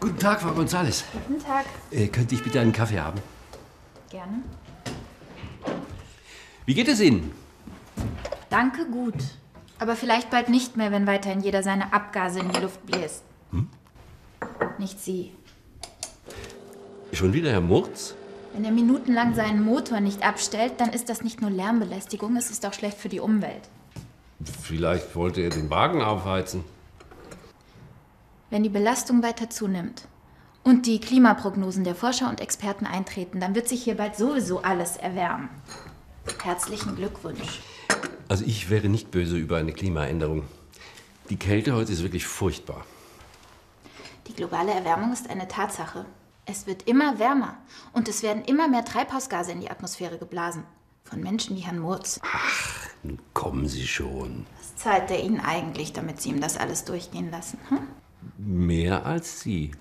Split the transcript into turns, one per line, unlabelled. Guten Tag, Frau Gonzales.
Guten Tag.
Äh, könnte ich bitte einen Kaffee haben?
Gerne.
Wie geht es Ihnen?
Danke, gut. Aber vielleicht bald nicht mehr, wenn weiterhin jeder seine Abgase in die Luft bläst. Nicht Sie.
Schon wieder Herr Murz?
Wenn er minutenlang seinen Motor nicht abstellt, dann ist das nicht nur Lärmbelästigung, es ist auch schlecht für die Umwelt.
Vielleicht wollte er den Wagen aufheizen.
Wenn die Belastung weiter zunimmt und die Klimaprognosen der Forscher und Experten eintreten, dann wird sich hier bald sowieso alles erwärmen. Herzlichen Glückwunsch.
Also ich wäre nicht böse über eine Klimaänderung. Die Kälte heute ist wirklich furchtbar.
Die globale Erwärmung ist eine Tatsache. Es wird immer wärmer und es werden immer mehr Treibhausgase in die Atmosphäre geblasen. Von Menschen wie Herrn Murz.
Nun kommen Sie schon.
Was zahlt er Ihnen eigentlich, damit Sie ihm das alles durchgehen lassen? Hm?
Mehr als Sie.